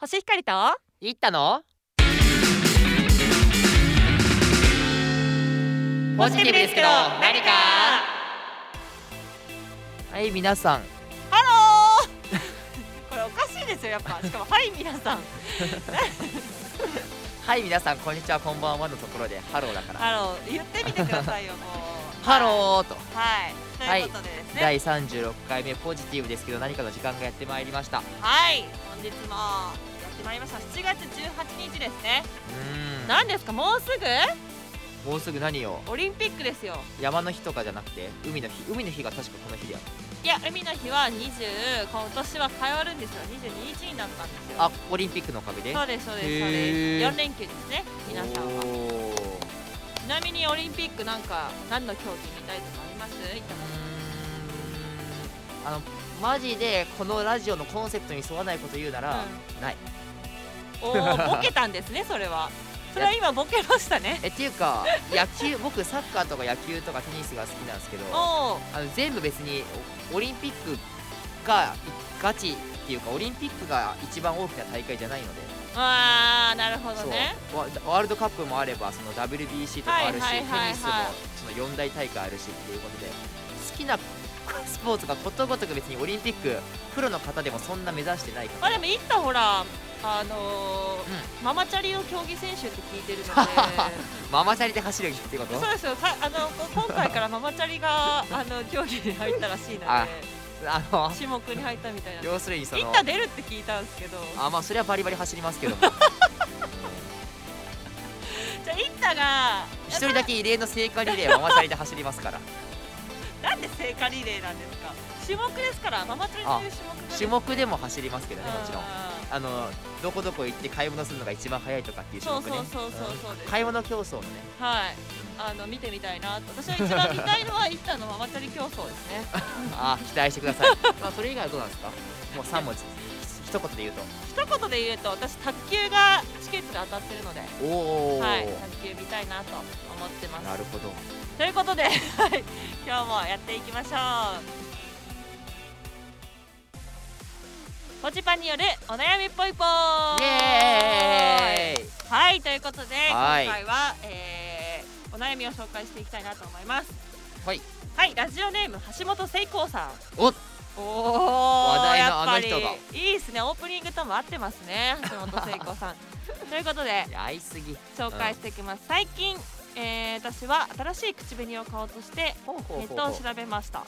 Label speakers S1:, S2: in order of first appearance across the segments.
S1: 星光と
S2: 行ったのポジティブですけど何かはい皆さん
S1: ハロー これおかしいですよやっぱしかもはい皆さん
S2: はい皆さんこんにちはこんばんはのところでハローだから
S1: ハロー言ってみてくださいよも う
S2: ハローと
S1: ーはいということでですね
S2: 第36回目ポジティブですけど何かの時間がやってまいりましたう
S1: はい本日もやってまいりました7月18日ですね
S2: ーん
S1: 何ですかもうすぐ
S2: もうすぐ何を
S1: オリンピックですよ
S2: 山の日とかじゃなくて海の日海の日が確かこの日だよ
S1: いや海の日は20今年は変わるんですよ22日になったんですよ
S2: あオリンピックのおかげで
S1: そうですそうですそう
S2: へ
S1: で
S2: ー
S1: す4連休ですね皆さんは
S2: おーう
S1: ちなみにオリンピックなんか何の競技見たいとかありますいった
S2: ーんあのマジでこのラジオのコンセプトに沿わないこと言うなら、 ない
S1: おおボケたんですねそれ はそれは今ボケましたね
S2: えっていうか野球僕サッカーとか野球とかテニスが好きなんですけどあ
S1: おお
S2: の全部別にオリンピックがガチっていうかオリンピックが一番大きな大会じゃないので
S1: あーなるほどね
S2: そうワワールドカップもあればその WBC とかあるし、
S1: はいはいはいはい
S2: テニスもその4大大会あるしっていうことで好きな スポーツがことごとく別にオリンピックプロの方でもそんな目指してないか
S1: あ
S2: ら
S1: でもいったほらあのーママチャリの競技選手って聞いてる ので
S2: ママチャリで走るっていうこと
S1: そうですよさあのこ今回からママチャリ があの競技に入ったらしいので
S2: ああの
S1: 種目に入ったみたいな
S2: 要するにそ
S1: い
S2: の
S1: った出るって聞いたんですけど
S2: あまあそれはバリバリ走りますけども
S1: じゃあいったが
S2: 一人だけ異例の聖火リレーはママチャリで走りますから
S1: なんで聖火リレーなんですか種目ですからママチャリという種目なんです
S2: 種目でも走りますけどね
S1: うん
S2: もちろんあのどこどこ行って買い物するのが一番早いとかっていう
S1: そ
S2: 種
S1: う
S2: 目
S1: そ
S2: ね
S1: うそうそうそうで
S2: うん
S1: す
S2: 買い物競争のね
S1: はいあの見てみたいなと私は一番見たいのはイッタのママチャリ競争ですね
S2: あー期待してください まあそれ以外はどうなんですかもう3文字一言で言うと
S1: 一言で言うと私卓球がチケットで当たってるので
S2: おお、
S1: はい卓球見たいなと思ってます
S2: なるほど
S1: ということで、 はい今日もやっていきましょう。ポチパによるお悩みぽいぽー
S2: イエーイ
S1: はい、ということで、今
S2: はい
S1: 回は、えーお悩みを紹介していきたいなと思います。
S2: はい。
S1: はい、ラジオネーム橋本聖光さん。
S2: おっ
S1: お
S2: 話
S1: お、
S2: 題
S1: や
S2: の
S1: っ
S2: あの
S1: ぱり
S2: 人が
S1: いいですね。オープニングとも合ってますね。橋本聖光 さん。ということで、
S2: やいすぎ
S1: 紹介していきます。最近、えー私は新しい口紅を買おうとして
S2: ほうほう
S1: ネッ
S2: ほう
S1: トを
S2: ほう
S1: 調べましたそ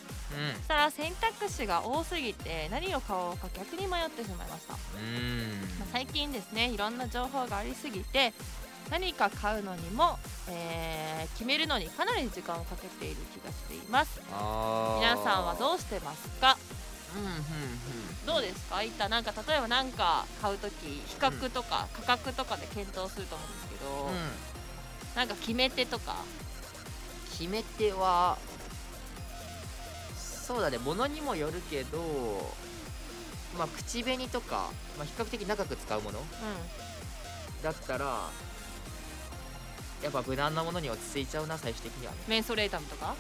S1: したら選択肢が多すぎて何を買おうか逆に迷ってしまいました、ま
S2: うんうん
S1: あ最近ですねいろんな情報がありすぎて何か買うのにも、えー決めるのにかなり時間をかけている気がしています
S2: あー
S1: 皆さんはどうしてますか
S2: うんうんうん
S1: どうですかいったなんか例えば何か買う時比較とか価格とかで検討すると思うんですけど、
S2: うん
S1: なんか決め手とか
S2: 決め手はそうだね物にもよるけどまあ口紅とか、まあ、比較的長く使うもの
S1: う
S2: だったらやっぱ無難なものに落ち着いちゃうな最終的にはね
S1: んメンソレータムとか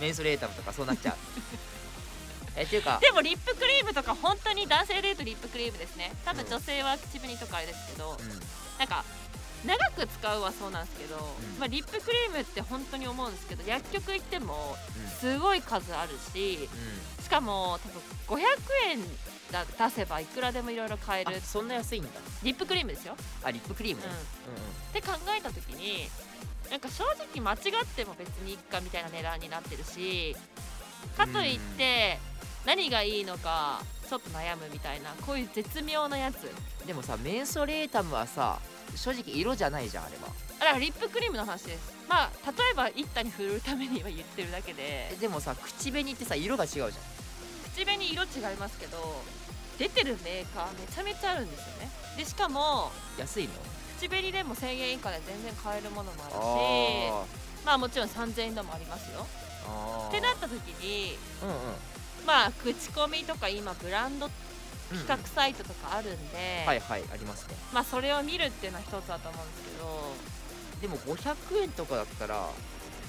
S2: メンソレータムとかそうなっちゃう えっていうか
S1: でもリップクリームとか本当に男性で言うとリップクリームですね多分
S2: うん
S1: 女性は口紅とかあれですけど、
S2: うん
S1: なんか長く使うはそうなんですけど、
S2: ん
S1: まあ、リップクリームって本当に思うんですけど薬局行っても
S2: うん
S1: すごい数あるし
S2: う
S1: しかも多分500円だ出せばいくらでもいろいろ買え
S2: ん
S1: る
S2: あそんな安いんだ
S1: リップクリームですよ、
S2: あリップクリー
S1: う
S2: ム
S1: ん、っ
S2: ね、
S1: て考えた時になんか正直間違っても別にいっかみたいな値段になってるしかといって何がいいのかちょっと悩むみたいなこういう絶妙なやつ
S2: うんでもさメンソレータムはさ正直色じゃないじゃんあれは
S1: あだからリップクリームの話ですまあ例えば一太に振るためには言ってるだけで
S2: えでもさ口紅ってさ色が違うじゃん
S1: 口紅色違いますけど出てるメーカーめちゃめちゃあるんですよねでしかも
S2: 安いの
S1: 口紅でも1000円以下で全然買えるものも
S2: あ
S1: あるし
S2: ー
S1: まあもちろん3000円でもありますよ
S2: あー
S1: ってなった時に
S2: うんうん
S1: まあ口コミとか今ブランド
S2: うんうん
S1: 企画サイトとかあるんで、
S2: はいはいありますね
S1: まあそれを見るっていうのは一つだと思うんですけど
S2: でも500円とかだったら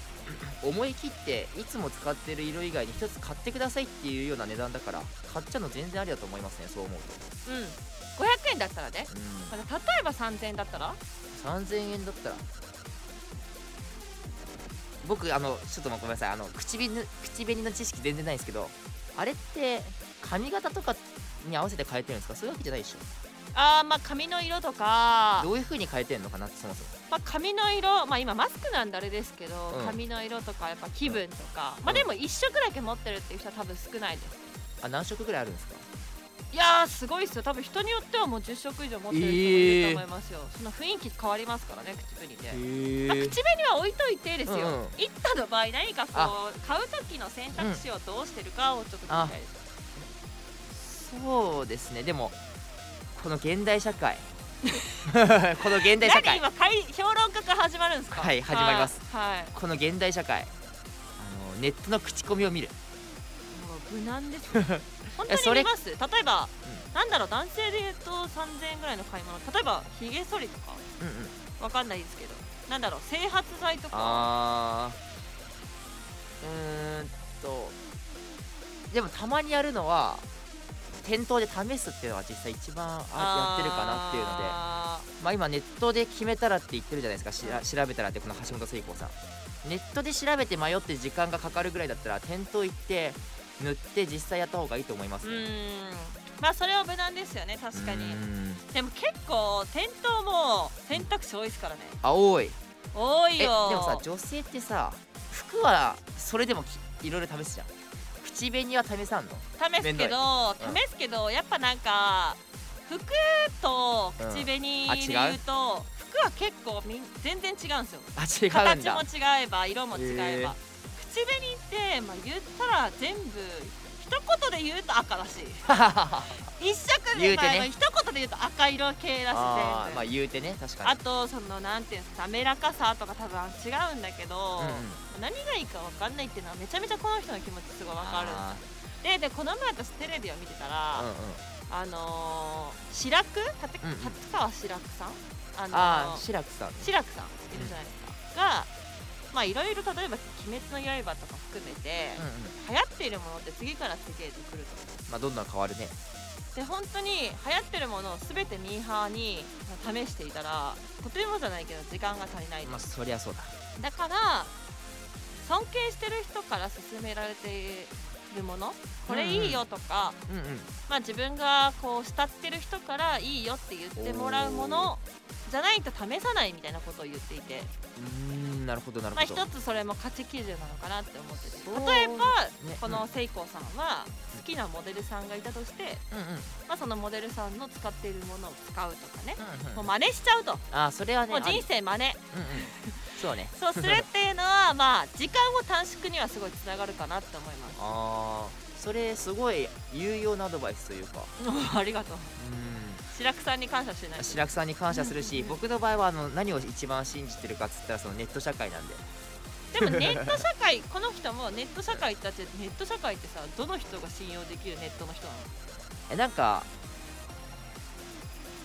S2: 思い切っていつも使ってる色以外に一つ買ってくださいっていうような値段だから買っちゃうの全然ありだと思いますねそう思うと
S1: うん500円だったらね
S2: う
S1: 例えば3000円だったら
S2: ん、3000円だったら僕あのちょっとごめんなさいあの口紅の口紅の知識全然ないんですけどあれって髪型とかに合わせて変えてるんですかそういうわけじゃないでしょ
S1: あーまあ髪の色とか
S2: どういう風に変えてるのかなってそもそも
S1: まあ、髪の色、まあ、今マスクなんであれですけど、
S2: うん
S1: 髪の色とかやっぱ気分とか、
S2: ん
S1: まあでも1色だけ持ってるっていう人は多分少ないです
S2: あ何色ぐらいあるんですか
S1: いやーすごいっすよ多分人によってはもう10色以上持ってる人もいると思いますよ、その雰囲気変わりますからね口紅で、まあ、
S2: へ
S1: 口紅は置いといてですよ、
S2: うんうん
S1: 一家の場合何かこう買う時の選択肢をどうしてるかをちょっと聞きたいです、
S2: そうですねでもこの現代社会この現代社
S1: 何
S2: 会
S1: 今かい評論家から始まるんですか
S2: はい始まります
S1: はい、はい
S2: この現代社会あのネットの口コミを見る
S1: もう無難です よ本当
S2: そ
S1: に
S2: れ
S1: 見ます例えば、なんだろう男性で言うと3000円ぐらいの買い物例えばひげ剃りとか
S2: うんうん
S1: わかんないですけどなんだろう整髪剤とか
S2: あーうーんとでもたまにやるのは店頭で試すっていうのが実際一番あやってるかなっていうのでまあ、今ネットで決めたらって言ってるじゃないですかしら調べたらってこの橋本聖子さんネットで調べて迷って時間がかかるぐらいだったら店頭行って塗って実際やった方がいいと思います
S1: う
S2: ね、
S1: ーんまあそれは無難ですよね確かに
S2: うん
S1: でも結構店頭も選択肢多いですからね
S2: 青い
S1: 多い
S2: えで
S1: よ
S2: もさ女性ってさ服はそれでもきいろいろ試すじゃん口紅は試さんの
S1: 試すけど
S2: めんどい
S1: 試すけどやっぱなんか服と口紅で言うと、服は結構みん全然違うんですよ
S2: あ違うん
S1: 形
S2: だ
S1: も違えば色も違え
S2: へー
S1: ば、口紅って、まあ、言ったら全部一言で言うと赤らしい一色で、
S2: 言うてね
S1: まあ一言で言うと赤色系らしい全
S2: あー
S1: 部、
S2: まあ言うてね確か
S1: あ
S2: に
S1: とそのなんていうんですか滑らかさとか多分違うんだけど、
S2: うんうん
S1: 何がいいか分かんないっていうのはめちゃめちゃこの人の気持ちすごい分か
S2: あ
S1: るででこの前私テレビを見てた
S2: ー
S1: ら、
S2: うんうん
S1: あのー、志らく立
S2: うんうん
S1: 立川志らくさんあのー
S2: あー志らくさんね
S1: 志らくさんいるじゃないですか、がまあいろいろ例えば「鬼滅の刃」とか含めて、
S2: う
S1: 流
S2: んうん
S1: 行っているものって次から次へと来ると
S2: まあどんどん変わるね
S1: で本当に流行ってるものを全てミーハーにまあ試していたらとてもじゃないけど時間が足りない
S2: まあ
S1: です、
S2: そりゃそうだ
S1: だから尊敬してる人から勧められているものこれいいよとか、
S2: うんうん
S1: まあ、自分がこう慕ってる人からいいよって言ってもらうものじゃないと試さないみたいなことを言っていて、
S2: うーんなるほどなる
S1: まあ、
S2: ほ
S1: 一
S2: ど
S1: つそれも価値基準なのかなって思って
S2: そう
S1: て例えば
S2: ね
S1: こ
S2: う
S1: の
S2: ん
S1: セイコーさんは好きなモデルさんがいたとして、
S2: うんうんうん
S1: まあ、そのモデルさんの使っているものを使うとかね
S2: う
S1: もうん真似しちゃうと
S2: あーそれはね
S1: もう
S2: あり
S1: 人生真似
S2: うんうんそうね
S1: そうするっていうのはまあ時間を短縮にはすごいつながるかなって思います
S2: あーそれすごい有用なアドバイスというか
S1: ありがとう
S2: うん
S1: 白くさんに感謝しないと
S2: 白くさんに感謝する
S1: うん
S2: し
S1: うんうん
S2: 僕の場合はあの何を一番信じてるかっつったらそのネット社会なんで
S1: でもネット社会この人もネット社会だってネット社会ってさどの人が信用できるネットの人なの
S2: えなんか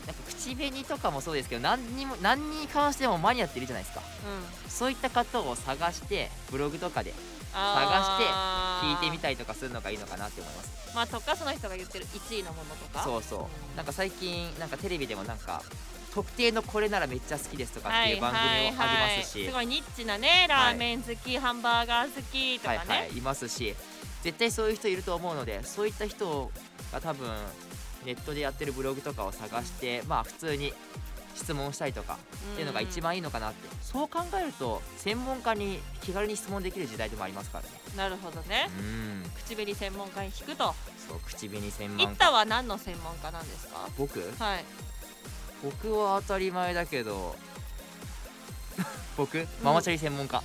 S2: なんか口紅とかもそうですけど何にも何に関してもマニアっているじゃないですか
S1: うん
S2: そういった方を探してブログとかで聞いてみ
S1: い
S2: たりとかするのがいいのかなって思います
S1: まあとかその人が言ってる1位のものとか
S2: そうそううんなんか最近なんかテレビでもなんか特定のこれならめっちゃ好きですとかっていう番組もありますし
S1: はいはいはい、すごいニッチなねラーメン好き、ハンバーガー好きとかね、
S2: はいはいいますし絶対そういう人いると思うのでそういった人が多分ネットでやってるブログとかを探してまあ普通に質問したりとかっていうのが一番いいのかなって、そう考えると専門家に気軽に質問できる時代でもありますからね
S1: うんなるほどね
S2: うん
S1: 口紅専門家に聞くと
S2: そう口紅専
S1: 一
S2: 門家
S1: 太は何の専門家なんですか
S2: 僕
S1: はい
S2: 僕は当たり前だけ ど僕ママチャリ専門家、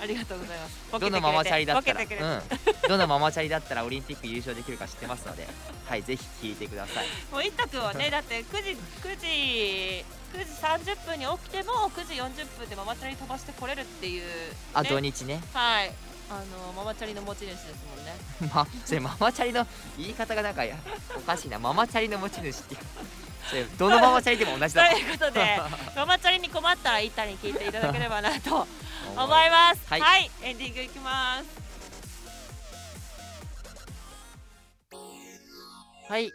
S1: ありがとうございますボケ
S2: ど
S1: てくれて
S2: のママチャリだったら、
S1: ボケてくれて
S2: うん、どのママチャリだったらオリンピック優勝できるか知ってますので はいぜひ聞いてください
S1: もう一択はねだって9時9時9時30分に起きても9時40分でママチャリ飛ばしてこれるっていう、ね、
S2: あ土日ね
S1: はいあのママチャリの持ち主ですもんね
S2: まそれママチャリの 言い方がなんかやおかしいなママチャリの持ち主っていうそれどのママチャリでも同じ
S1: と
S2: だ
S1: いうことで ママチャリに困ったらイタに聞いていただければなと思
S2: 思
S1: い
S2: い
S1: ますは、
S2: はいい
S1: エンディングいきます
S2: はい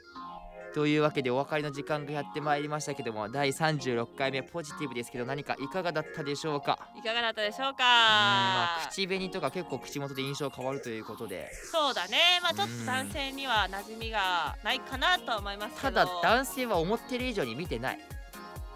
S2: というわけでお別れの時間がやってまいりましたけども第36回目ポジティブですけど何かいかがだったでしょうか
S1: いかがだったでしょう
S2: うんまあ
S1: か
S2: 口紅とか結構口元で印象変わるということで
S1: そうだねまあちょっ
S2: うん
S1: と男性には馴染みがないかなとは思いますけ
S2: た
S1: ど
S2: だ男性は思ってる以上に見てない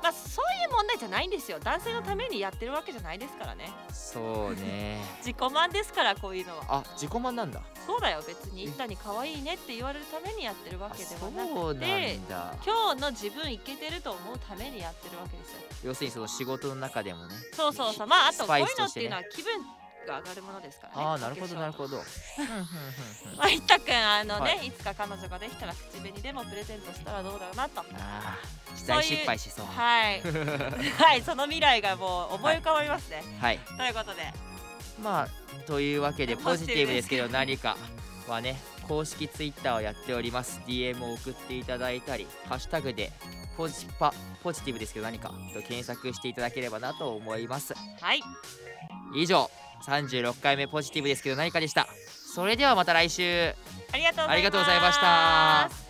S1: まあそういう問題じゃないんですよ男性のためにやってるわけじゃないですからね
S2: そうね
S1: 自己満ですからこういうのは
S2: あ自己満なんだ
S1: そうだよ別に一太に可愛いねって言われるためにやってるわ
S2: あ
S1: けで
S2: そ
S1: は
S2: う
S1: なく
S2: なん
S1: て
S2: だ
S1: 今日の自分いけてると思うためにやってるわけですよ
S2: 要するにその仕事の中でもね
S1: そうそうそうまああと
S2: ス
S1: こう
S2: パ
S1: い
S2: イ
S1: う
S2: ス
S1: の
S2: と
S1: っ
S2: してて
S1: い
S2: ね
S1: うのは気分が上がるものですからね
S2: ああなるほどなるほ
S1: ど
S2: ど
S1: まあ、いったくんあのね、、
S2: はい
S1: つか彼女ができたら口紅でもプレゼントしたらどうだろうな と
S2: あー大失敗しそう
S1: はいはいその未来がもう思い浮かびますね、
S2: はい
S1: ということで
S2: まあというわけでポ
S1: ポ
S2: ジ
S1: ジ
S2: テ
S1: テ
S2: ィ
S1: ィ
S2: ブ
S1: ブ
S2: で
S1: ですす
S2: けど何かはね公式ツイッターをやっております DM を送っていただいたりハッシュタグでポジパポジティブですけど何かと検索していただければなと思います
S1: はい
S2: 以上36回目ポジティブですけど何かでしたそれではまた来週
S1: ありがとうございます
S2: ありがとうございました